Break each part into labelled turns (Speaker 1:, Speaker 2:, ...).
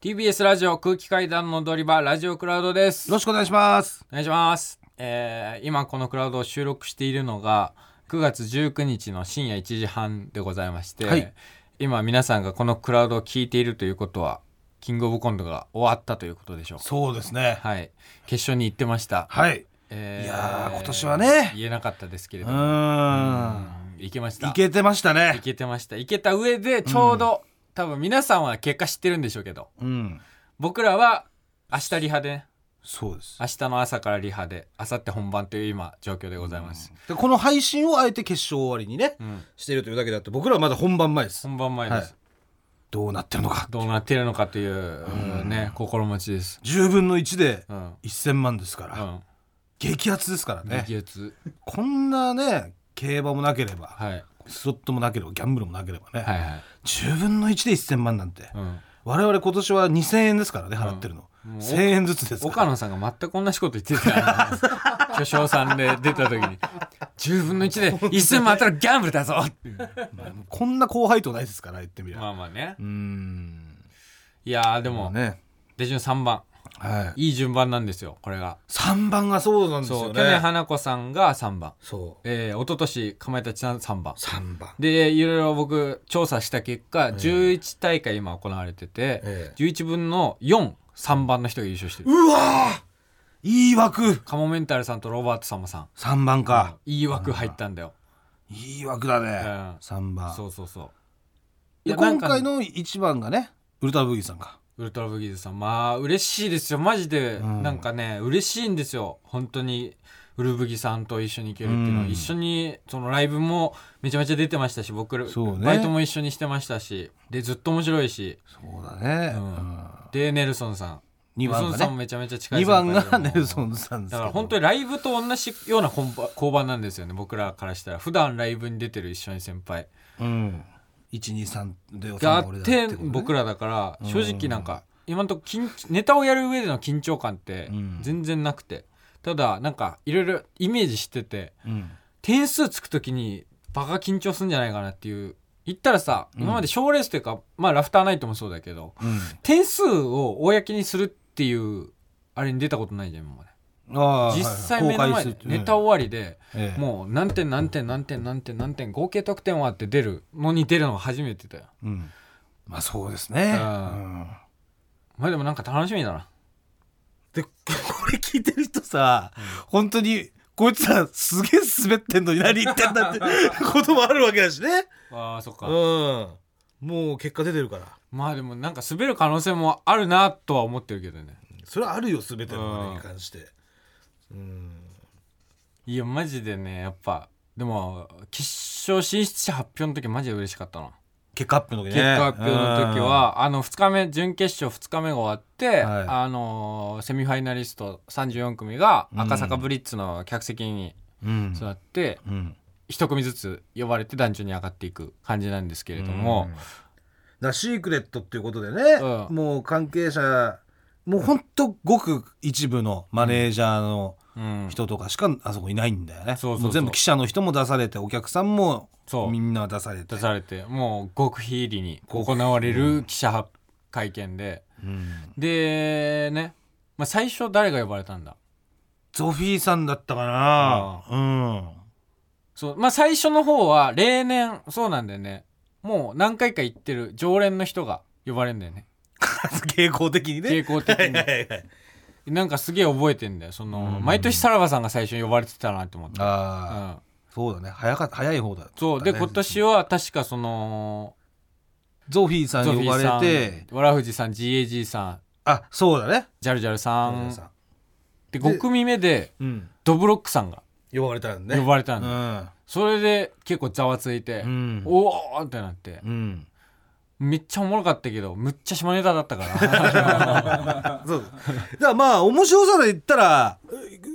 Speaker 1: TBS ラジオ空気階段の踊り場ラジオクラウドです
Speaker 2: よろしくお願いします。
Speaker 1: お願いします、えー今このクラウドを収録しているのが9月19日の深夜1時半でございまして、
Speaker 2: はい
Speaker 1: 今皆さんがこのクラウドを聞いているということはキングオブコントが終わったということでしょうか
Speaker 2: そうですね。
Speaker 1: はい決勝に行ってました、
Speaker 2: はい。
Speaker 1: え
Speaker 2: いやー今年はね
Speaker 1: 言えなかったですけれ
Speaker 2: う
Speaker 1: ども
Speaker 2: ーん。
Speaker 1: 行けました
Speaker 2: いけてました
Speaker 1: い
Speaker 2: ね。
Speaker 1: けてましたいけた上でちょうど、多分皆さんは結果知ってるんでしょうけど
Speaker 2: うん。
Speaker 1: 僕らは明日リハでね
Speaker 2: そうです。
Speaker 1: 明日の朝からリハで明後日本番という今状況でございます、
Speaker 2: でこの配信をあえて決勝終わりにね、
Speaker 1: うん
Speaker 2: してるというだけであって、僕らはまだ本番前です。
Speaker 1: 本番前です、
Speaker 2: はいどうなってるのか。
Speaker 1: どうなってるのかという、ね心持ちです
Speaker 2: 10分の1で
Speaker 1: うん
Speaker 2: 1000万ですか
Speaker 1: う
Speaker 2: ら、
Speaker 1: ん
Speaker 2: 激アツですからね。
Speaker 1: 激アツ
Speaker 2: こんなね、競馬もなければ、
Speaker 1: はいはい
Speaker 2: スロットもなければ、ギャンブルもなければね、
Speaker 1: はい
Speaker 2: 10分の1で1000万なんて、
Speaker 1: うん
Speaker 2: 我々今年は2000円ですからね、払ってるの。
Speaker 1: うんもう
Speaker 2: 1000円ずつですから。
Speaker 1: 岡野さんが全く同じこと言ってた よ巨匠さんで出た時に10分の1で1000万当たるギャンブルだぞっていう
Speaker 2: まあこんな後輩とないですから、言ってみれば。
Speaker 1: まあまあね
Speaker 2: うーん。
Speaker 1: いやーで
Speaker 2: ま
Speaker 1: も、
Speaker 2: あね。
Speaker 1: 手順3番
Speaker 2: はい。
Speaker 1: いい順番なんですよこれが
Speaker 2: 3番がそうなんです
Speaker 1: そ
Speaker 2: よ
Speaker 1: う
Speaker 2: ね。
Speaker 1: 去年花子さんが3番
Speaker 2: そう。
Speaker 1: えー、一昨年かまいたちさん3番
Speaker 2: 3番。
Speaker 1: でいろいろ僕調査した結果、11大会今行われてて、
Speaker 2: え
Speaker 1: 11分の43番の人が優勝してる、
Speaker 2: うわーいい枠
Speaker 1: カモメンタルさんとロバート様さん
Speaker 2: !3 番か。
Speaker 1: いい枠入ったんだよ、
Speaker 2: いい枠だね
Speaker 1: う。ん
Speaker 2: 3番。
Speaker 1: そうそうそうい
Speaker 2: で
Speaker 1: やなん
Speaker 2: 今
Speaker 1: か
Speaker 2: 回の1番がね、ウルトラブギーさんか。
Speaker 1: ウルトラブギーズさんまあ嬉しいですよマジで、
Speaker 2: うん
Speaker 1: なんかね嬉しいんですよ本当にウルブギさんと一緒に行けるっていうのは、
Speaker 2: うん
Speaker 1: 一緒にそのライブもめちゃめちゃ出てましたし僕ら、
Speaker 2: そうね
Speaker 1: バイトも一緒にしてましたしでずっと面白いし
Speaker 2: そうだね。
Speaker 1: うんでネルソンさん
Speaker 2: 2
Speaker 1: ネル
Speaker 2: 番
Speaker 1: ソン
Speaker 2: が
Speaker 1: さんも
Speaker 2: ね。
Speaker 1: めちゃめちゃ近い
Speaker 2: 2
Speaker 1: 先輩
Speaker 2: 番
Speaker 1: で
Speaker 2: がネルソンさんですけ
Speaker 1: だ
Speaker 2: ど。
Speaker 1: から本当
Speaker 2: に。
Speaker 1: にライブと同じような交番交番なんですよね僕らからしたら普段ライブに出てる一緒に先輩
Speaker 2: うん。1、2、3でお
Speaker 1: があ
Speaker 2: 互い
Speaker 1: っ
Speaker 2: 俺
Speaker 1: て
Speaker 2: だことね
Speaker 1: 僕らだから正直なんか今のとこ緊ネタをやる上での緊張感って
Speaker 2: うん
Speaker 1: 全然なくてただなんかいろいろイメージしてて
Speaker 2: うん。
Speaker 1: 点数つく時に場が緊張するんじゃないかなっていう言ったらさ今まで賞ーレースというかまあラフターナイトもそうだけど
Speaker 2: うん
Speaker 1: 点数を公にするっていうあれに出たことないじゃん今まで。
Speaker 2: あー
Speaker 1: 実際目の前でネタ、
Speaker 2: はい公開するっていうね
Speaker 1: 終わりで
Speaker 2: ええ
Speaker 1: もう何点何点何点何点何点合計得点はって出るのに出るのが初めてだよ
Speaker 2: うん、まあそうですね、
Speaker 1: うん
Speaker 2: うん
Speaker 1: まあでもなんか楽しみだな
Speaker 2: で これ聞いてる人さ、本当にこいつらすげえ滑ってんのに何言ってん だってこともあるわけだしね
Speaker 1: あーそっ
Speaker 2: う
Speaker 1: か
Speaker 2: んもう結果出てるから
Speaker 1: まあでもなんか滑る可能性もあるなとは思ってるけどね
Speaker 2: それはあるよ全てのも
Speaker 1: うん
Speaker 2: のに関してうん
Speaker 1: いやマジでねやっぱでも決勝進出者発表の時マジで嬉しかったな
Speaker 2: 結果発表の時
Speaker 1: 結
Speaker 2: ね
Speaker 1: 果発表の時は、あの2日目準決勝2日目が終わって、
Speaker 2: はい
Speaker 1: あのーセミファイナリスト34組が赤坂ブリッツの客席に
Speaker 2: うん
Speaker 1: 座って、
Speaker 2: うん
Speaker 1: 一組ずつ呼ばれて団長に上がっていく感じなんですけれども
Speaker 2: うん、だからシークレットっていうことでね、
Speaker 1: うん
Speaker 2: もう関係者もうほんとごく一部のマネージャーの
Speaker 1: うん
Speaker 2: 人とかしかあそこいないんだよね、
Speaker 1: そうそうそう
Speaker 2: もう全部記者の人も出されてお客さんも
Speaker 1: そう
Speaker 2: みんな出されて
Speaker 1: 出されてもう極秘入りに行われる記者発会見で、
Speaker 2: うん
Speaker 1: でね、まあ、最初誰が呼ばれたんだ
Speaker 2: ゾフィーさんだったかなうん
Speaker 1: そう、まあ、最初の方は例年そうなんだよねもう何回か行ってる常連の人が呼ばれるんだよね
Speaker 2: 傾向的にね
Speaker 1: 傾向的に
Speaker 2: はいはいはい
Speaker 1: なんかすげえ覚えてんだよその、
Speaker 2: うん
Speaker 1: 毎年さらばさんが最初に呼ばれてたなって思って、う
Speaker 2: ああ、
Speaker 1: ん、
Speaker 2: そうだね早か早い方だ
Speaker 1: そうで今年は確かその
Speaker 2: ゾフィーさん
Speaker 1: ゾフ
Speaker 2: に
Speaker 1: ィ
Speaker 2: 呼ば
Speaker 1: ーさ
Speaker 2: れて
Speaker 1: んわらふじさん GAG さん
Speaker 2: あそうだね
Speaker 1: ジャルジャルさん
Speaker 2: ゾフィーさ
Speaker 1: で
Speaker 2: で
Speaker 1: 5組目で
Speaker 2: うん
Speaker 1: ドブロックさんが
Speaker 2: 呼ばれたんね
Speaker 1: 呼ばれたんだよ、
Speaker 2: うん
Speaker 1: それで結構ざわついて、
Speaker 2: うん
Speaker 1: おおってなって、
Speaker 2: うん
Speaker 1: めっちゃおもろかったけどむっちゃ下ネタだったから
Speaker 2: そう だからまあ面白さで言ったら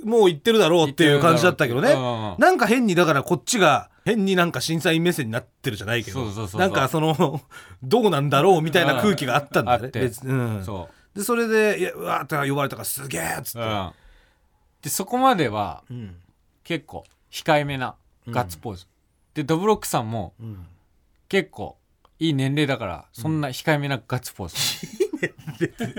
Speaker 2: もう言ってるだろうっていう感じだったけどね、
Speaker 1: うんうんうん
Speaker 2: なんか変にだからこっちが変になんか審査員目線になってるじゃないけ
Speaker 1: そ
Speaker 2: ど
Speaker 1: うそうそうそう
Speaker 2: なんかそのどうなんだろうみたいな空気があったんだよ
Speaker 1: うんあ
Speaker 2: ね
Speaker 1: って
Speaker 2: 別にうん
Speaker 1: そ
Speaker 2: でそれでいやうわーって呼ばれたからすげえっつ
Speaker 1: う、
Speaker 2: っ
Speaker 1: う
Speaker 2: て、
Speaker 1: ん、でそこまでは
Speaker 2: うん
Speaker 1: 結構控えめなガッツポーズ、でドブロックさんも
Speaker 2: うん
Speaker 1: 結構いい年齢だからそんな控えめなガッツポーズ、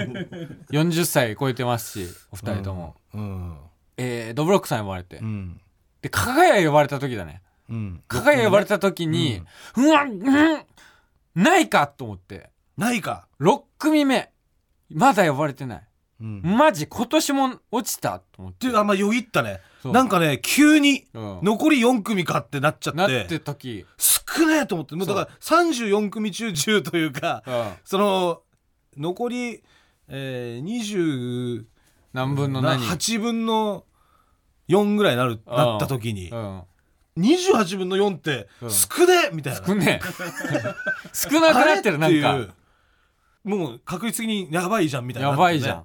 Speaker 1: 40歳超えてますしお二人とも、
Speaker 2: うん
Speaker 1: えードブロックさん呼ばれて、
Speaker 2: うん
Speaker 1: で加賀谷呼ばれた時だね
Speaker 2: うん
Speaker 1: 加賀谷呼ばれた時に、うわうんないかと思って
Speaker 2: ないか
Speaker 1: 6組目まだ呼ばれてない
Speaker 2: うんっ
Speaker 1: マジ今年も落ちたと思ってて
Speaker 2: いうあんまよぎったね
Speaker 1: そう
Speaker 2: なんかね急に
Speaker 1: うん
Speaker 2: 残り4組かってなっちゃ
Speaker 1: な
Speaker 2: っ
Speaker 1: って
Speaker 2: て
Speaker 1: た時、
Speaker 2: 少ねえと思ってもうだから34組中10というか
Speaker 1: うん
Speaker 2: その残り、えー、20
Speaker 1: 何分の何、
Speaker 2: 8分の4ぐらいなる
Speaker 1: うん
Speaker 2: なった時に
Speaker 1: うん、
Speaker 2: 28分の4って
Speaker 1: うん
Speaker 2: 少ねえみたいな
Speaker 1: 少ねえ 少なくなってるなん
Speaker 2: あれっ
Speaker 1: か
Speaker 2: ていうもう確率的にやばいじゃんみたいな
Speaker 1: やばいじゃん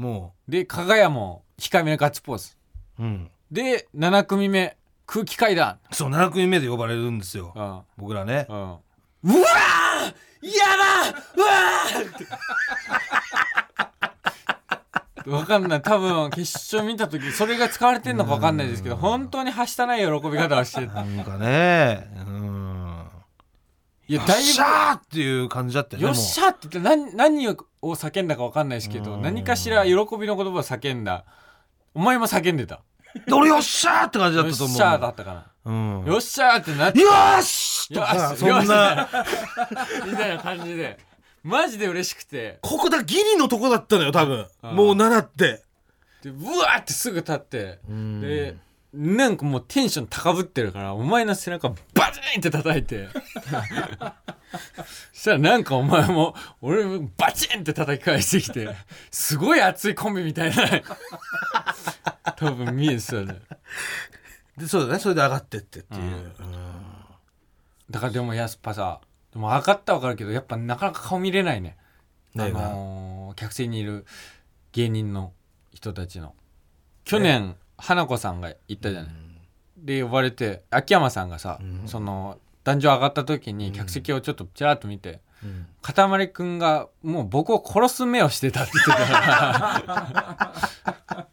Speaker 2: も
Speaker 1: で加賀谷も控えめなガッツポーズ
Speaker 2: う、うん、
Speaker 1: で7組目空気階段
Speaker 2: そう7組目で呼ばれるんですよ
Speaker 1: うん
Speaker 2: 僕らね
Speaker 1: うんうわーやだうわーわかんない多分決勝見た時それが使われてんのかわかんないですけど本当にはしたない喜び方をしてた
Speaker 2: なんかねうん
Speaker 1: いや
Speaker 2: よっ
Speaker 1: だい
Speaker 2: しゃーっていう感じだった
Speaker 1: ぶ
Speaker 2: よね
Speaker 1: よっしゃって言って何何を叫んだかわかんないですけど
Speaker 2: うん
Speaker 1: 何かしら喜びの言葉を叫んだお前も叫んでた
Speaker 2: もう俺よっしゃーって感じだ
Speaker 1: よっ
Speaker 2: っ
Speaker 1: たし
Speaker 2: と思う
Speaker 1: ゃーだったか
Speaker 2: うん
Speaker 1: なよっしゃーってなって
Speaker 2: よーしと
Speaker 1: よ
Speaker 2: か
Speaker 1: し
Speaker 2: そんな
Speaker 1: みたいな感じでマジで嬉しくて
Speaker 2: ここだギリのとこだったのよ多分
Speaker 1: うん
Speaker 2: もう7って
Speaker 1: でうわーってすぐ立って
Speaker 2: で
Speaker 1: でなんかもうテンション高ぶってるからお前の背中バチーンって叩い てしたらなんかお前も俺もバチーンって叩き返してきてすごい熱いコンビみたいな多分見えてたね
Speaker 2: でそうだねそれで上がってってっていうう
Speaker 1: だからでもやっぱさでも上がったは分かるけどやっぱなかなか顔見れないね
Speaker 2: ない
Speaker 1: あ
Speaker 2: な
Speaker 1: のー客席にいる芸人の人たちの去年、花子さんが行ったじゃない、で呼ばれて秋山さんがさ、
Speaker 2: うん
Speaker 1: その壇上上がった時に客席をちょっとちらっと見て、かたまりくんがもう僕を殺す目をしてたって言ってたから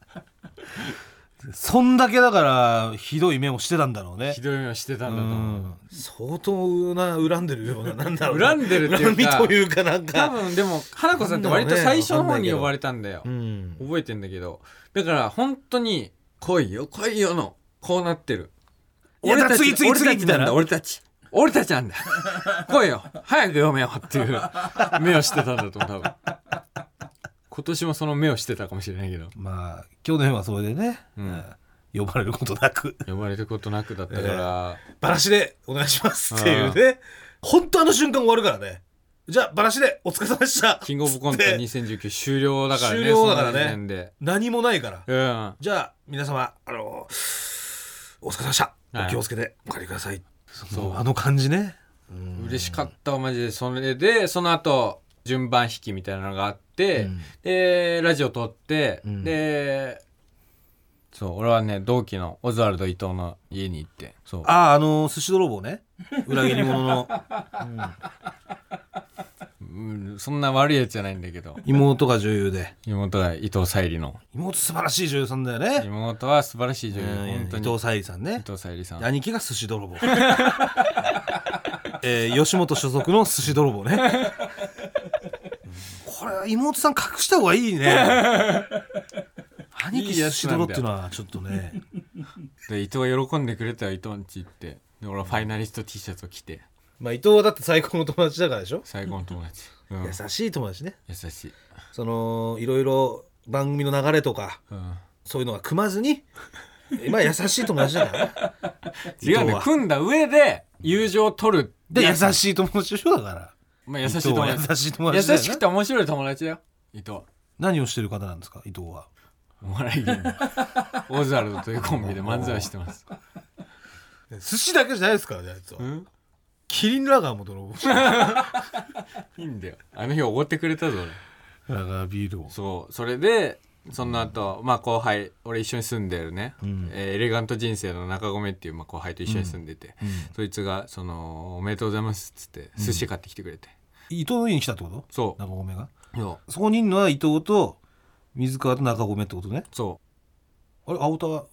Speaker 2: そんだけだからひどい目をしてたんだろうね
Speaker 1: ひどい目をしてたんだと
Speaker 2: う
Speaker 1: 思う、
Speaker 2: ん相当な恨んでるようななんだろうな
Speaker 1: 恨んでるっていうか
Speaker 2: 恨みというかなん
Speaker 1: 多
Speaker 2: か
Speaker 1: 分でも花子さんって割と最初の方に呼ばれたんだよ、
Speaker 2: うん
Speaker 1: 覚えてんだけどだから本当に「来いよ来いよ」のこうなってる
Speaker 2: いやだから次次
Speaker 1: 俺たち
Speaker 2: 次みたい
Speaker 1: んだ
Speaker 2: な
Speaker 1: 俺たち俺たちなんだ来いよ早く読めよっていう目をしてたんだと思う多分今年もその目をしてたかもしれないけど
Speaker 2: まあ去年はそれでね
Speaker 1: うん
Speaker 2: うん呼ばれることなく
Speaker 1: 呼ばれることなくだったから、
Speaker 2: バラシでお願いしますっていうね本当あの瞬間終わるからねじゃあバラシでお疲れ様でした
Speaker 1: キングオブコント
Speaker 2: つって
Speaker 1: 2019終了だからね
Speaker 2: 終了だからね
Speaker 1: その時点で
Speaker 2: 何もないから
Speaker 1: うん
Speaker 2: じゃあ皆様あのお疲れ様でした、
Speaker 1: はい
Speaker 2: お気をつけてお帰りください
Speaker 1: そう
Speaker 2: の感じね
Speaker 1: 嬉しかったわマジでそれでその後順番引きみたいなのがあって、
Speaker 2: うん
Speaker 1: でラジオ撮って、
Speaker 2: うん
Speaker 1: でそう俺はね同期のオズワルド伊藤の家に行ってそう
Speaker 2: あああの寿司泥棒ね裏切り者 の
Speaker 1: うんそんな悪いやつじゃないんだけど
Speaker 2: 妹が女優で
Speaker 1: 妹が伊藤沙莉の
Speaker 2: 妹素晴らしい女優さんだよね
Speaker 1: 妹は素晴らしい女優
Speaker 2: うん
Speaker 1: 本当
Speaker 2: 伊
Speaker 1: に
Speaker 2: 藤沙莉さんね
Speaker 1: 伊藤沙莉さん
Speaker 2: 兄貴が寿司泥棒 えー吉本所属の寿司泥棒ねこれは妹さん隠した方がいいね兄貴寿司泥っていうのはちょっとね
Speaker 1: で伊藤が喜んでくれたよ伊藤んち行ってで俺はファイナリスト T シャツを着て
Speaker 2: まあ伊藤はだって最高の友達だからでしょ
Speaker 1: 最高の友達、うん
Speaker 2: 優しい友達ね
Speaker 1: 優しい、
Speaker 2: そのいろいろ番組の流れとか
Speaker 1: うん、
Speaker 2: そういうのは組まずにまあ優しい友達だから
Speaker 1: 違うんだよ組んだ上で友情を取る
Speaker 2: で
Speaker 1: やつ
Speaker 2: 優しい友達でしょだから
Speaker 1: まあ、優しい友
Speaker 2: 伊藤は優
Speaker 1: 達。
Speaker 2: しい友
Speaker 1: 優
Speaker 2: 達だよね
Speaker 1: しくて面白い友達だよ。伊藤。
Speaker 2: 何をしてる方なんですか伊藤は
Speaker 1: お笑い芸 人。オズワルドというコンビで漫才をしてます。
Speaker 2: 寿司だけじゃないですからねあいつは
Speaker 1: うん
Speaker 2: キリンラガーも泥棒 ラ
Speaker 1: いいんだよ。あの日おごってくれたぞ、俺
Speaker 2: ガービールを
Speaker 1: そう。それで、その後、まあ後輩、俺一緒に住んでるね、
Speaker 2: うん
Speaker 1: えーエレガント人生の中込っていう、まあ、後輩と一緒に住んでて、そいつが、その、おめでとうございますっつって、寿司買ってきてくれて。
Speaker 2: 伊藤の家に来たってこと
Speaker 1: そ
Speaker 2: 中込が
Speaker 1: う。そ
Speaker 2: そこにいるのは伊藤と水川と中込ってことね
Speaker 1: う。そ
Speaker 2: あれ青田 は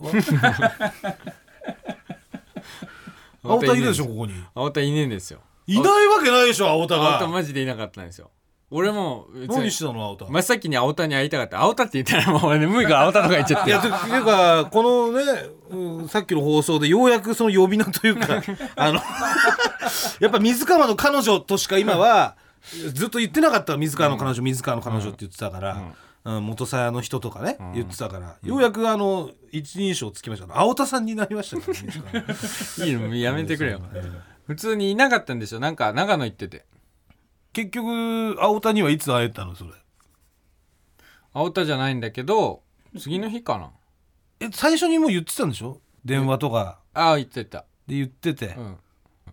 Speaker 1: う。
Speaker 2: 青田いるでしょ
Speaker 1: 青田いねえん
Speaker 2: ここに
Speaker 1: ですよ。青田いねえんですよ。
Speaker 2: いないわけないでしょ青田
Speaker 1: 青田
Speaker 2: が
Speaker 1: マジでいなかったんですよ。俺も別
Speaker 2: 何
Speaker 1: に
Speaker 2: してたの青田、
Speaker 1: 真っ先に青田に会いたかった青田って言ったらもう俺眠いから青田とか言っちゃっ
Speaker 2: い
Speaker 1: て
Speaker 2: やてていうかこのね、うんさっきの放送でようやくその呼び名という かあのやっぱ水川の彼女としか今はずっと言ってなかった水川の彼女、水川の彼女って言ってたから、うん元さやの人とかね、言ってたからようやくあの一人称つきましたね青田さんになりましたから、水川の
Speaker 1: いいのやめてくれよ普通にいなかったんでしょなんか長野行ってて
Speaker 2: 結局青田にはいつ会えたのそれ
Speaker 1: 青田じゃないんだけど次の日かな
Speaker 2: え最初にもう言ってたんでしょ電話とか
Speaker 1: ああ言ってた
Speaker 2: で言ってて
Speaker 1: う、ん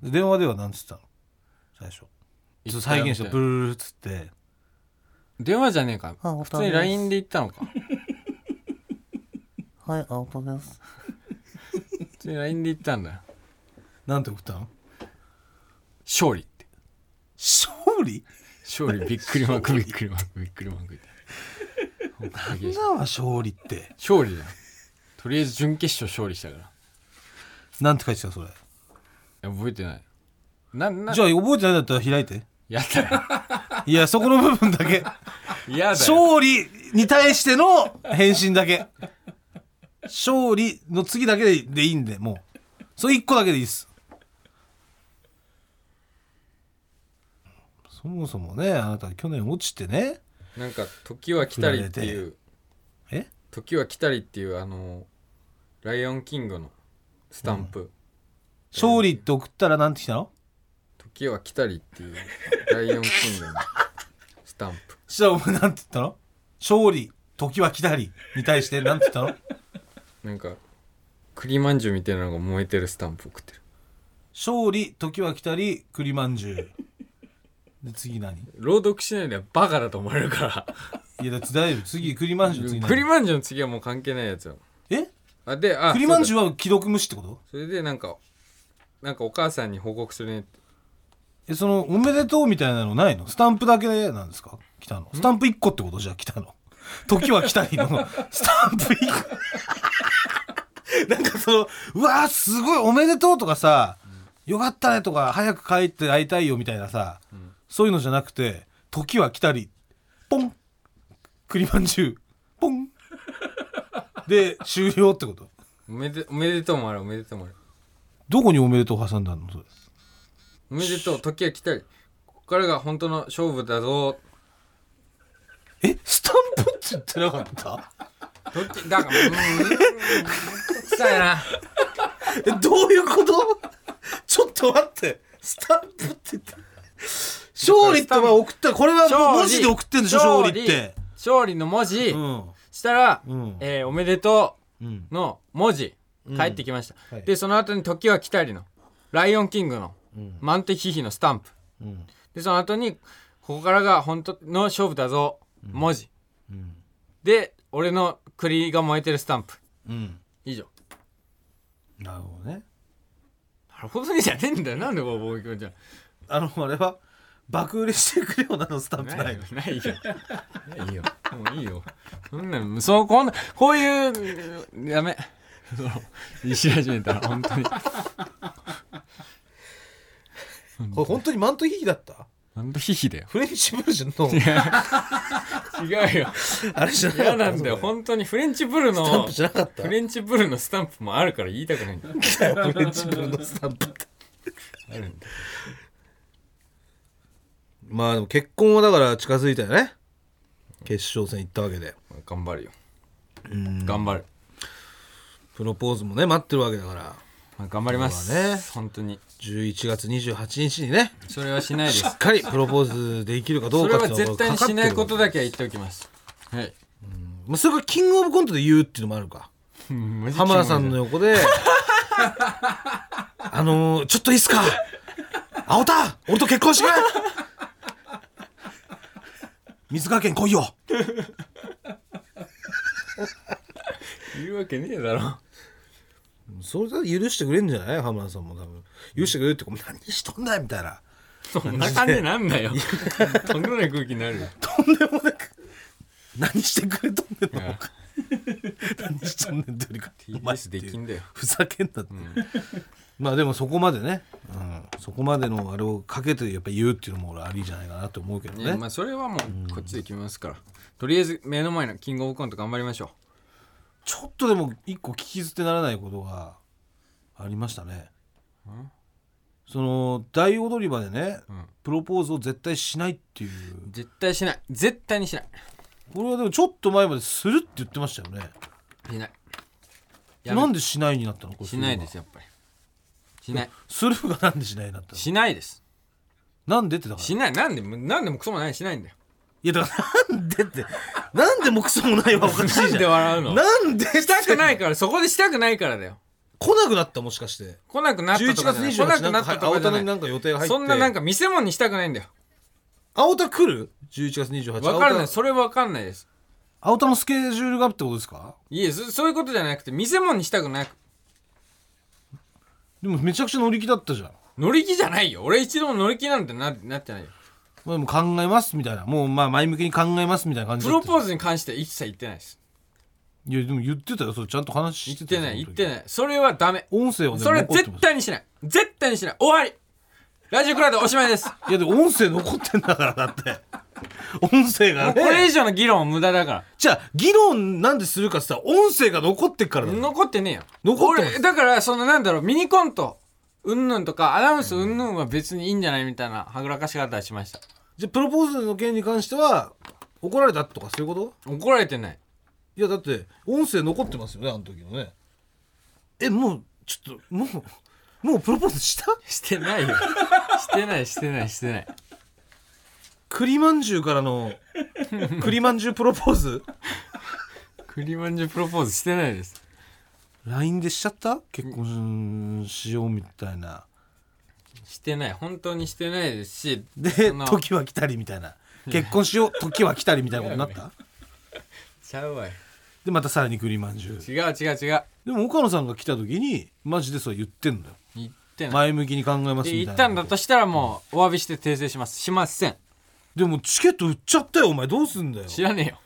Speaker 2: で電話では何つったの最初
Speaker 1: 言ってた
Speaker 2: ちょっと再現して
Speaker 1: み
Speaker 2: ブ
Speaker 1: たい
Speaker 2: ルルルっつって
Speaker 1: 電話じゃねえか
Speaker 3: あ
Speaker 1: 普通に LINE で言ったのか
Speaker 3: はい、青田です。
Speaker 1: 普通に LINE で言ったんだよ
Speaker 2: なんて送ったの
Speaker 1: 勝利って
Speaker 2: 勝利
Speaker 1: 勝利びっくりマークびっくりマークびっくりマークみたいな
Speaker 2: 今は勝利って
Speaker 1: 勝利だよとりあえず準決勝勝利したから
Speaker 2: なんて書いてたそれ
Speaker 1: いや覚えてないなんな
Speaker 2: じゃあ覚えてないんだったら開いて
Speaker 1: やだよ
Speaker 2: いやそこの部分だけ
Speaker 1: やだよ
Speaker 2: 勝利に対しての返信だけ勝利の次だけででいいんでもうそれ一個だけでいいですそもそもねあなた去年落ちてね
Speaker 1: なんか「時は来たり」っていう
Speaker 2: え
Speaker 1: 「時は来たり」っていうあの「ライオンキング」のスタンプ「
Speaker 2: 勝利って送ったらなんて来たの
Speaker 1: 時は来たり」っていう「ライオンキング」のスタンプ
Speaker 2: そしたらお前なんて言ったの勝利時は来たりに対してなんて言ったの
Speaker 1: なんか栗まんじゅうみたいなのが燃えてるスタンプ送ってる
Speaker 2: 勝利時は来たり栗まんじゅうで次何い
Speaker 1: 朗読しないでバカだと思われる から
Speaker 2: やだって大丈夫次栗まんじゅう次
Speaker 1: 栗
Speaker 2: 何
Speaker 1: まんじゅうの次はもう関係ないやつよ
Speaker 2: え
Speaker 1: あであ
Speaker 2: 栗まんじゅ
Speaker 1: そう
Speaker 2: うは既読無視ってこと
Speaker 1: だそれでなんかなんかお母さんに報告するねって
Speaker 2: えそのおめでとうみたいなのないのスタンプだけなんですか来たのスタンプ1個ってことじゃあ来たの 時は来たりの スタンプ1個なんかそのうわーすごいおめでとうとかさ、よかったねとか早く帰って会いたいよみたいなさ、そういうのじゃなくて時は来たりポン栗まんじゅうポンで終了ってこと
Speaker 1: おめでおめでとうもあるおめでとうもある
Speaker 2: どこにおめでとう挟んだのそれ
Speaker 1: おめでとう時は来たりここからが本当の勝負だぞ
Speaker 2: えスタンプって言ってなかった
Speaker 1: 時だからうーん臭い な
Speaker 2: えどういうことちょっと待ってスタンプって言って勝利ってまあ送ったこれはもう文字で送ってんでしょ勝利って
Speaker 1: 勝利の文字、
Speaker 2: うん
Speaker 1: したら、
Speaker 2: うん
Speaker 1: えーおめでと
Speaker 2: うん
Speaker 1: う」の文字返ってきました、
Speaker 2: はい
Speaker 1: でその後に「時は来たり」の「ライオンキング」の
Speaker 2: うん
Speaker 1: 「マンテヒヒ」のスタンプ
Speaker 2: うん
Speaker 1: でその後に「ここからが本当の勝負だぞ」文字
Speaker 2: うん
Speaker 1: で俺の栗が燃えてるスタンプ
Speaker 2: うん
Speaker 1: 以上
Speaker 2: なるほどね
Speaker 1: なるほどねじゃねえんだよなんでこう僕君じゃん
Speaker 2: あのあれは爆売れしてくるようなのスタンプないの
Speaker 1: ないよないよもういいよそんなんそうこんなこういうやめそのいじり始めたら 本当に
Speaker 2: これ本当にマントヒヒだった
Speaker 1: なんとヒヒだよ
Speaker 2: フレンチブルジョンの
Speaker 1: 違うよ
Speaker 2: あれじゃなかった
Speaker 1: 嫌なんだよ本当にフレンチブル
Speaker 2: スタン
Speaker 1: の
Speaker 2: プじゃなかった
Speaker 1: フレンチブルのスタンプ もあるから言いたくないんだよ
Speaker 2: フレンチブルのスタンプって
Speaker 1: あるんだよ
Speaker 2: まあでも結婚はだから近づいたよね決勝戦行ったわけで
Speaker 1: 頑張るよ頑張る
Speaker 2: プロポーズもね待ってるわけだから
Speaker 1: まあ頑張ります、
Speaker 2: まあね
Speaker 1: 本当に
Speaker 2: 11月28日にね
Speaker 1: それはしないで
Speaker 2: し
Speaker 1: す
Speaker 2: っかりプロポーズできるかど
Speaker 1: そうれ
Speaker 2: かって
Speaker 1: は
Speaker 2: いうの
Speaker 1: 絶対にしないことだけは言っておきますはい
Speaker 2: まあそれがキングオブコントで言うっていうのもあるか浜田さんの横で「あのー、ちょっといいっすか青田俺と結婚してくれ水川県来いよ
Speaker 1: 言うわけねえだろ」
Speaker 2: それだと許してくれんじゃない浜田さんも多分許してくれるってもう何しとんだよみたいな
Speaker 1: そんな感じなん だよとんでもない空気になるよ
Speaker 2: とんでもなく何してくれとんねん
Speaker 1: い
Speaker 2: の
Speaker 1: や
Speaker 2: 何しとんねんってよりか
Speaker 1: TBS できんだよ
Speaker 2: ふざけんなって、まあでもそこまでね、うんそこまでのあれをかけてやっぱ言うっていうのも俺ありじゃないかなと思うけど
Speaker 1: いや
Speaker 2: ね
Speaker 1: まあそれはもうこっちで決めますからとりあえず目の前のキングオブコント頑張りましょ
Speaker 2: ちょっとでも一個聞き捨てならないことがありましたね
Speaker 1: ん
Speaker 2: その大踊り場でね
Speaker 1: う、うん、
Speaker 2: プロポーズを絶対しないっていう
Speaker 1: 絶対しない絶対にしない
Speaker 2: これはでもちょっと前までするって言ってましたよね
Speaker 1: しないやめ
Speaker 2: なんでしないになったのこれ
Speaker 1: しないです
Speaker 2: よ
Speaker 1: やっぱりしない
Speaker 2: するがなんでしないになったの
Speaker 1: しないです
Speaker 2: なんでってだから
Speaker 1: しないなんでなんでもクソもないしないんだよ
Speaker 2: いやだからなんでってなんでもクソもないはおかし
Speaker 1: ないん
Speaker 2: じ
Speaker 1: で
Speaker 2: ゃん
Speaker 1: 笑うの
Speaker 2: なんで
Speaker 1: したくないからそこでしたくないからだよ
Speaker 2: 来なくなったもしかして
Speaker 1: 来なくなった
Speaker 2: 11
Speaker 1: とか
Speaker 2: 月
Speaker 1: じゃない来な
Speaker 2: 28日
Speaker 1: く
Speaker 2: な
Speaker 1: なんった
Speaker 2: か
Speaker 1: と
Speaker 2: 青
Speaker 1: かじ
Speaker 2: 田
Speaker 1: ゃな
Speaker 2: に
Speaker 1: い
Speaker 2: なんか予定が入って
Speaker 1: そんななん
Speaker 2: か
Speaker 1: か見せ物にしたくないんだよ
Speaker 2: 青田来る ?11 月28日
Speaker 1: 分からない
Speaker 2: 青田
Speaker 1: それ分かんないです
Speaker 2: 青田のスケジュールがあるってことですか
Speaker 1: いえそそういうことじゃなくて見せ物にしたくなく
Speaker 2: でもめちゃくちゃ乗り気だったじゃん
Speaker 1: 乗り気じゃないよ俺一度も乗り気なんてななってないよ
Speaker 2: まあ、もう考えますみたいなもうまあ前向きに考えますみたいな感じ
Speaker 1: プ
Speaker 2: だった
Speaker 1: ロポーズに関しては一切言ってないです
Speaker 2: いやでも言ってたよそれちゃんと話し
Speaker 1: 言
Speaker 2: て
Speaker 1: ったて
Speaker 2: よ
Speaker 1: ない
Speaker 2: そ
Speaker 1: 言っ
Speaker 2: の時
Speaker 1: てないそれはダメ
Speaker 2: 音声は
Speaker 1: それは絶対にしない絶対にしない終わりラジオクラウドおしまいです
Speaker 2: いやでも音声残ってんだからだって音声
Speaker 1: も
Speaker 2: が
Speaker 1: うこれ
Speaker 2: ね
Speaker 1: 以上の議論は無駄だか
Speaker 2: じゃあ議論なんでするかってさ音声が残ってっから
Speaker 1: ら
Speaker 2: だよ
Speaker 1: 残ってねえよ
Speaker 2: 残ってます
Speaker 1: 俺だからそのなんだろうミニコントうんぬんとかアナウンスうんぬんは別にいいんじゃないみたいなはぐらかし方はしました
Speaker 2: じゃあプロポーズの件に関しては怒られたとかそういうこと
Speaker 1: 怒られてない
Speaker 2: いやだって音声残ってますよねあの時のねえもうちょっともうもうプロポーズした
Speaker 1: してないよ してないしてないしてない
Speaker 2: 栗まんじゅうからの栗まんじゅうプロポーズ
Speaker 1: 栗まんじゅうプロポーズしてないです
Speaker 2: LINE でしちゃった結婚しようみたいな
Speaker 1: してない本当にしてないですし
Speaker 2: で
Speaker 1: そんな
Speaker 2: 時は来たりみたいな結婚しよう時は来たりみたいなことになった
Speaker 1: ちゃうわよ
Speaker 2: でまたさらに栗まんじゅう
Speaker 1: 違う違う違う
Speaker 2: でも岡野さんが来た時にマジでそう言ってんだよ
Speaker 1: 言ってない
Speaker 2: 前向きに考えますみた
Speaker 1: で
Speaker 2: いな
Speaker 1: 言ったんだとしたらもうお詫びして訂正しますしません
Speaker 2: でもチケット売っちゃったよお前どうすんだよ
Speaker 1: 知らねえよ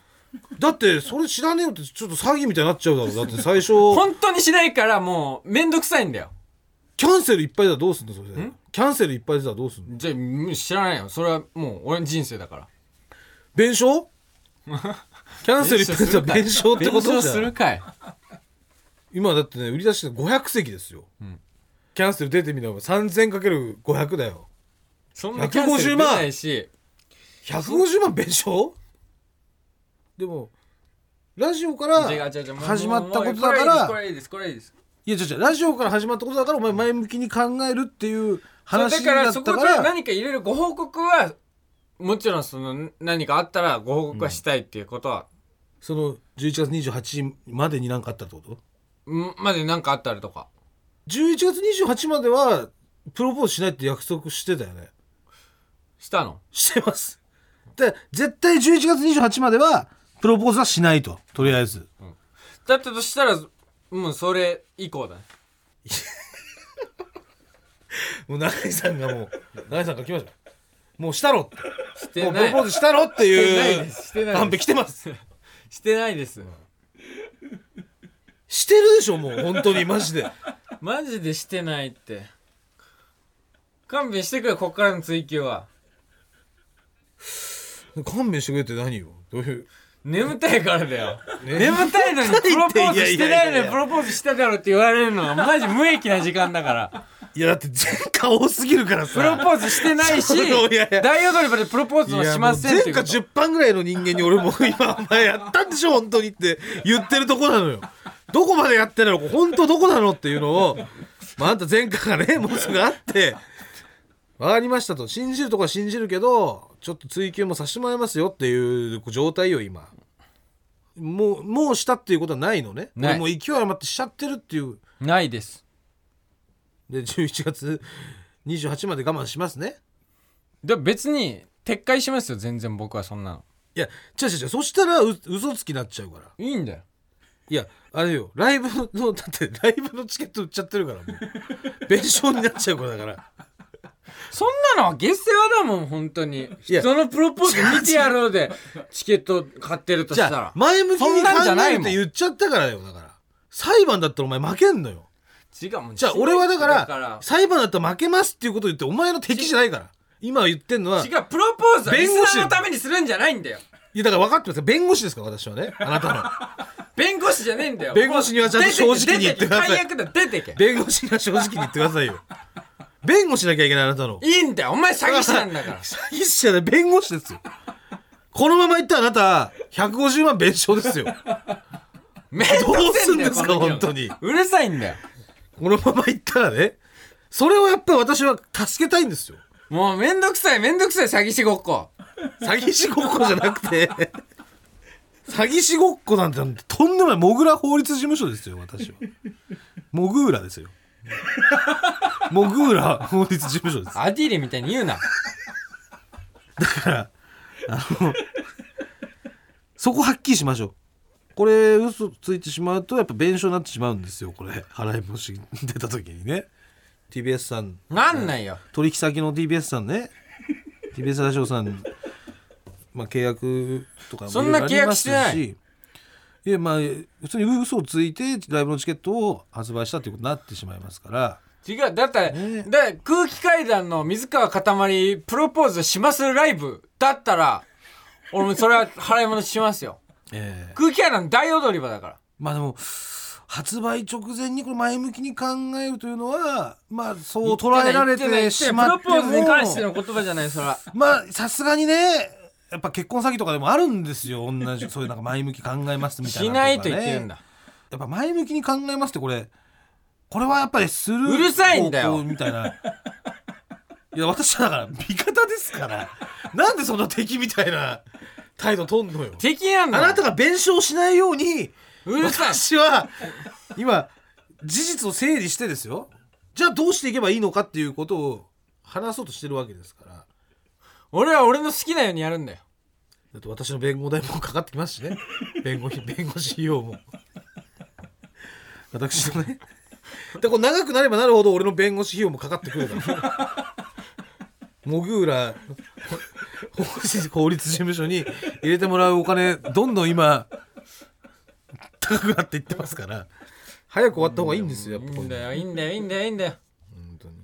Speaker 2: だってそれ知らねえよってちょっと詐欺みたいになっちゃうだろだって最 初
Speaker 1: 本当にしないからもうめんどくさいんだよ
Speaker 2: キャンセルいっぱいだどうすんだそれキャンセルいっぱい出たらどうすんの
Speaker 1: じゃあうん知らないよそれはもう俺の人生だから
Speaker 2: 弁償キャンセルいっぱい出たら弁償ってことじゃん
Speaker 1: 弁償するかい
Speaker 2: 今だってね売り出して500席ですよ、
Speaker 1: ん
Speaker 2: キャンセル出てみれば 3000×500 だよ
Speaker 1: そんなキャンセル出ないし
Speaker 2: 150万弁償でもラジオか
Speaker 1: 違う違
Speaker 2: ら
Speaker 1: う違うもう
Speaker 2: 始まったことだか
Speaker 1: もう
Speaker 2: ら
Speaker 1: これいいですこれいいですこれいいです
Speaker 2: いや違う違うラジオから始まったことだからお前前向きに考えるっていう
Speaker 1: そう
Speaker 2: 話
Speaker 1: だか
Speaker 2: だ
Speaker 1: ら
Speaker 2: った
Speaker 1: そ
Speaker 2: か
Speaker 1: こで
Speaker 2: ら
Speaker 1: 何か入れるご報告はもちろんその何かあったらご報告はしたいっていうことは、
Speaker 2: その11月28日までに何かあったってこと
Speaker 1: うんまで何かあったりとか
Speaker 2: ?11 月28日まではプロポーズしないって約束してたよね
Speaker 1: したの
Speaker 2: してますで絶対11月28日まではプロポーズはしないととりあえず
Speaker 1: だったとしたらもうそれ以降だね
Speaker 2: もう中井さんがもう 中井さんが来ましたもうしたろ
Speaker 1: して
Speaker 2: もうプ
Speaker 1: な
Speaker 2: ロ
Speaker 1: い
Speaker 2: ポーズしたろって
Speaker 1: して
Speaker 2: い
Speaker 1: ないうですしてないです
Speaker 2: カンペ来てます
Speaker 1: してないです
Speaker 2: してるでしょもう本当にマジで
Speaker 1: マジでしてないって勘弁してくれこっからの追求は
Speaker 2: 勘弁してくれって何よどういう
Speaker 1: 眠たいからだよ
Speaker 2: ね
Speaker 1: 眠たい のにプロポーズしてないの
Speaker 2: いやいやいやい
Speaker 1: に
Speaker 2: や
Speaker 1: プロポーズしただろって言われるのがマジ無益な時間だから
Speaker 2: いやだって前科多すぎるから
Speaker 1: プロポ
Speaker 2: さ
Speaker 1: ーズしてないし
Speaker 2: それをいやいや
Speaker 1: 大踊り場でプロポー
Speaker 2: い
Speaker 1: ズ
Speaker 2: や
Speaker 1: は
Speaker 2: もう
Speaker 1: しませんってい
Speaker 2: 前
Speaker 1: う
Speaker 2: 科
Speaker 1: こと
Speaker 2: 10班ぐらいの人間に俺もう今 お前やったんでしょ本当にって言ってるとこなのよどこまでやってんの本当どこなのっていうのを、まあ、あんた前科がねもうすぐあって分かりましたと信じるとこは信じるけどちょっと追求もさせてもらいますよっていう状態よ今もうもうしたっていうことはないのね
Speaker 1: ない
Speaker 2: 俺もう勢い余ってしちゃってるっていう
Speaker 1: ないです
Speaker 2: で11月28まで我慢しますね
Speaker 1: でも別に撤回しますよ全然僕はそんなの
Speaker 2: いや違う違う違うそしたらう嘘つきになっちゃうから
Speaker 1: いいんだよ
Speaker 2: いや、あれよ、ライブの、 だってライブのチケット売っちゃってるから、もう。 弁償になっちゃうからだから。
Speaker 1: そんなのは下世話だもん本当に
Speaker 2: いや
Speaker 1: 人のプロポーズ見てやろうでチケット買ってるとし
Speaker 2: じ
Speaker 1: た
Speaker 2: ゃあ
Speaker 1: ら、
Speaker 2: 前向き
Speaker 1: そん
Speaker 2: に
Speaker 1: なんじゃ
Speaker 2: 考
Speaker 1: な
Speaker 2: え
Speaker 1: い
Speaker 2: るっ
Speaker 1: もん
Speaker 2: て言っちゃったからよ、だから。裁判だったらお前負けんのよ。
Speaker 1: 違うもん
Speaker 2: じゃあ俺はだか
Speaker 1: だから
Speaker 2: ら裁判だったら負けますっていうことを言ってお前の敵じゃないから今言ってんのは
Speaker 1: 違うプロポーズはリ
Speaker 2: 弁護士
Speaker 1: スナーのためにするんじゃないんだよ
Speaker 2: いやだから分かってます弁護士ですから私はねあなたの
Speaker 1: 弁護士じゃねえんだよ
Speaker 2: 弁護士にはちゃんと正直に言ってください
Speaker 1: 出てけ出てけ解約だ出てけ
Speaker 2: 弁護士には正直に言ってくださいよ弁護士なきゃいけないあなたの
Speaker 1: いいんだよお前詐欺師なんだから
Speaker 2: 詐欺師じゃない弁護士ですよこのまま言ったらあなた150万弁償ですよ
Speaker 1: めんど
Speaker 2: どう
Speaker 1: くせえん
Speaker 2: すん
Speaker 1: だ
Speaker 2: で
Speaker 1: よ
Speaker 2: すか
Speaker 1: この議論
Speaker 2: 本当に
Speaker 1: うるさいんだよ
Speaker 2: このまま言ったらねそれをやっぱり私は助けたいんですよ
Speaker 1: もうめんどくさいめんどくさい詐欺師ごっこ
Speaker 2: 詐欺師ごっこじゃなくて詐欺師ごっこなんてとんでもないモグラ法律事務所ですよ私はモグーラですよモグーラ法律事務所です
Speaker 1: アディーレみたいに言うな
Speaker 2: そこはっきりしましょうこれ嘘ついてしまうとやっぱ弁償になってしまうんですよこれ払い戻し出た時にね TBS さん
Speaker 1: なんないよ
Speaker 2: 取引先の TBS さんね TBS ラジオさん、まあ、契約とかも
Speaker 1: そんな契約してない
Speaker 2: いろいろありますしいやまあ普通に嘘をついてライブのチケットを発売したということになってしまいますから
Speaker 1: 違うだったら、
Speaker 2: ね
Speaker 1: だから空気階段の水川かたまりプロポーズしますライブだったら俺もそれは払い戻ししますよ
Speaker 2: ええ
Speaker 1: 空気階段大踊り場だから
Speaker 2: まあでも発売直前にこれ前向きに考えるというのはまあそう捉えられてしまって
Speaker 1: プロポーズに関して
Speaker 2: も
Speaker 1: の言葉じゃないそれは
Speaker 2: まあさすがにねやっぱ結婚詐欺とかでもあるんですよ同じそういうなんか前向き考えますみたい
Speaker 1: し
Speaker 2: なとか
Speaker 1: な
Speaker 2: ね
Speaker 1: いと言ってるんだ
Speaker 2: やっぱ前向きに考えますってこれこれはやっぱりする
Speaker 1: うるさいんだよ
Speaker 2: 方向みたいないや私はだから味方ですからなんでそんな敵みたいな態度とんのよ
Speaker 1: 敵なん
Speaker 2: あ
Speaker 1: だ
Speaker 2: なたが弁償しないように
Speaker 1: うるさい
Speaker 2: 私は今事実を整理してですよじゃあどうしていけばいいのかっていうことを話そうとしてるわけですから
Speaker 1: 俺は俺の好きなようにやるんだよ
Speaker 2: だって私の弁護代もかかってきますし ね弁護費弁護士費用も私のねでこう長くなればなるほど俺の弁護士費用もかかってくるからモグーラ法律法律事務所に入れてもらうお金どんどん今高くなっていってますから早く終わった方がいいんですよやっ
Speaker 1: い
Speaker 2: ぱ
Speaker 1: い
Speaker 2: こうんいうの
Speaker 1: だよいいんだよいいんだよいいんだよ
Speaker 2: 本当にやっ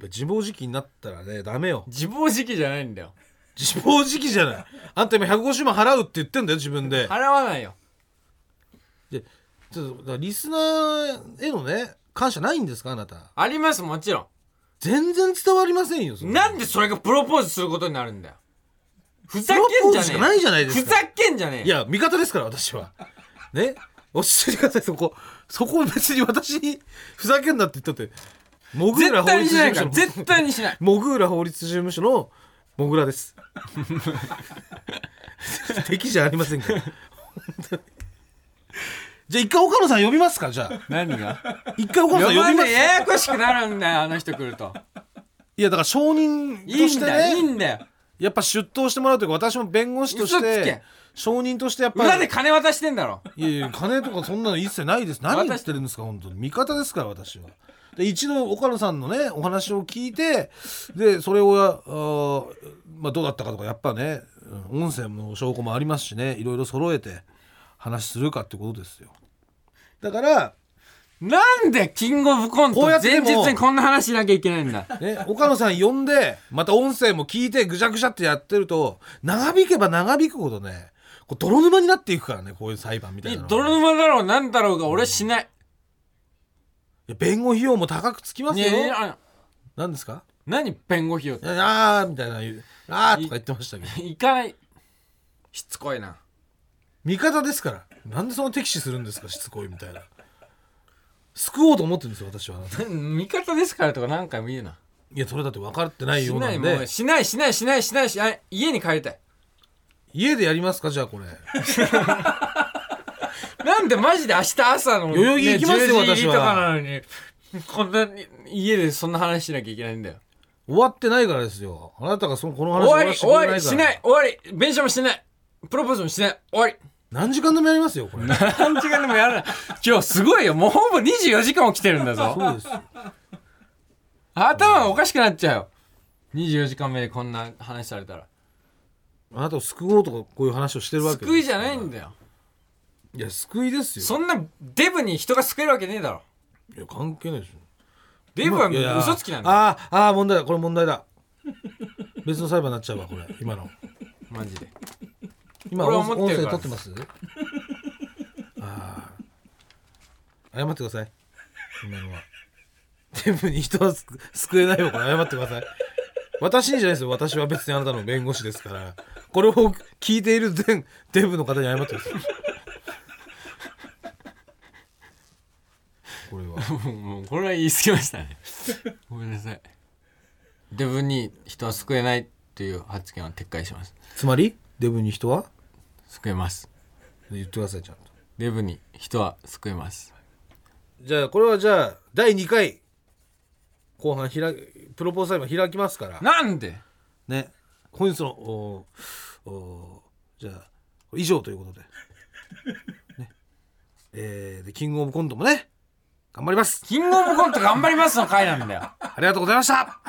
Speaker 2: ぱ自暴自棄になったらねダメよ
Speaker 1: 自暴自棄じゃないんだよ
Speaker 2: 自暴自棄じゃないあんた今150万払うって言ってんだよ自分で
Speaker 1: 払わないよ
Speaker 2: でちょっとだからリスナーへのね感謝ないんですかあなた
Speaker 1: ありますもちろ
Speaker 2: 全然伝わりませんよそ
Speaker 1: ん
Speaker 2: れ
Speaker 1: なんでそれがプロポーズすることになるんだよふざ
Speaker 2: プロ
Speaker 1: け
Speaker 2: ポ
Speaker 1: ん
Speaker 2: ー
Speaker 1: じゃ
Speaker 2: ズし
Speaker 1: ね
Speaker 2: か
Speaker 1: え
Speaker 2: ないじゃないで
Speaker 1: ふ
Speaker 2: す
Speaker 1: ざ
Speaker 2: か
Speaker 1: けんじゃねえ
Speaker 2: いや味方ですから私はね 落ち着いてくださいそこそこ別に私にふざけんなって言ったってモグー
Speaker 1: 絶
Speaker 2: ラ法
Speaker 1: 対
Speaker 2: 律
Speaker 1: にし
Speaker 2: 事
Speaker 1: ない
Speaker 2: 務
Speaker 1: か
Speaker 2: 所
Speaker 1: ら
Speaker 2: の
Speaker 1: 絶対にしない
Speaker 2: モグーラ法律事務所のモグラです 敵じゃありませんから本当にじゃあ一回岡野さん呼びますかじゃあ
Speaker 1: 何が
Speaker 2: 一回岡野さん
Speaker 1: 呼
Speaker 2: 呼び
Speaker 1: ば
Speaker 2: ます
Speaker 1: ねえややこしくなるんだよあの人来ると
Speaker 2: いやだから証人と
Speaker 1: いい
Speaker 2: し
Speaker 1: ん
Speaker 2: て
Speaker 1: だ
Speaker 2: ね
Speaker 1: よいいんだよ
Speaker 2: やっぱ出頭してもらうというか私も弁護士とし
Speaker 1: 嘘つ
Speaker 2: て
Speaker 1: け
Speaker 2: 証人としてやっぱ
Speaker 1: 裏で
Speaker 2: り
Speaker 1: 金渡してんだろ
Speaker 2: いやいや金とかそんなの一切ないです何言ってるんですか本当に味方ですから私はで一度岡野さんのねお話を聞いてでそれをあー、まあ、どうだったかとかやっぱねうん音声の証拠もありますしねいろいろ揃えて話するかってことですよだから、
Speaker 1: なんでキングオブコント
Speaker 2: こうやって
Speaker 1: 前
Speaker 2: でも
Speaker 1: 日にこんな話しなきゃいけないんだ
Speaker 2: ね、岡野さん呼んでまた音声も聞いてぐちゃぐちゃってやってると長引けば長引くほどねこう泥沼になっていくからねこういう裁判みたいなのが
Speaker 1: 泥沼だろうなんだろうが俺はしない
Speaker 2: いや弁護費用も高くつきます
Speaker 1: い
Speaker 2: よ。
Speaker 1: やいやあの
Speaker 2: 何ですか？
Speaker 1: 何弁護費を
Speaker 2: いやあーみたいな言うあーとか言ってましたけど
Speaker 1: 行かないしつこいな
Speaker 2: 味方ですからなんでその敵視するんですかしつこいみたいな救おうと思ってるんですよ私は
Speaker 1: 味方ですからとか何回も言うない
Speaker 2: やそれだって分かってない
Speaker 1: し
Speaker 2: よう
Speaker 1: な
Speaker 2: ないん
Speaker 1: もう
Speaker 2: で
Speaker 1: しないしないしないしないしない家に帰りたい
Speaker 2: 家でやりますかじゃあこれ
Speaker 1: なんでマジで明日朝の、
Speaker 2: 代々木行きますよ
Speaker 1: 10時入り
Speaker 2: 私は
Speaker 1: とかなのにこんなに家でそんな話しなきゃいけないんだよ
Speaker 2: 終わってないからですよあなたがそのこの話
Speaker 1: 終わり
Speaker 2: して
Speaker 1: 終
Speaker 2: くれ
Speaker 1: わりし
Speaker 2: から
Speaker 1: ない終わり弁償もしないプロポーズもしない終わり
Speaker 2: 何時間でもやりますよこれ
Speaker 1: 何時間でもやらない今日すごいよもうほぼ24時間起きてるんだぞ
Speaker 2: そうですよ
Speaker 1: 頭がおかしくなっちゃうよ24時間目でこんな話されたら
Speaker 2: あなたを救おうとかこういう話をしてるわけです
Speaker 1: 救いじゃないんだよ
Speaker 2: いや救いですよ
Speaker 1: そんなデブに人が救えるわけねえだろ
Speaker 2: いや関係ないですよ
Speaker 1: デブはい
Speaker 2: やいや
Speaker 1: 嘘つきなんだよ
Speaker 2: あーあー問題だこれ問題だ別の裁判になっちゃうわこれ今の
Speaker 1: マジで
Speaker 2: 今
Speaker 1: これ
Speaker 2: 音
Speaker 1: は思って
Speaker 2: 声
Speaker 1: るから
Speaker 2: 取って ますああ謝ってください今のは全部に人は救救えないよこれ謝ってください私にじゃないですよ私は別にあなたの弁護士ですからこれを聞いている全デブの方に謝ってください これは
Speaker 1: もうもうこれは言い過ぎましたねごめんなさいデブに人は救えないっていう発言は撤回します
Speaker 2: つまりデブに人は
Speaker 1: 救えます
Speaker 2: 言ってくださいちゃんと
Speaker 1: デブに人は救えます
Speaker 2: じゃあこれはじゃあ第2回後半開プロポーズ裁判開きますから
Speaker 1: なんで
Speaker 2: ね本日のおーおーじゃあ以上ということで、ねえーでキングオブコントもね頑張ります
Speaker 1: キングオブコント頑張りますの回なんだよ
Speaker 2: ありがとうございました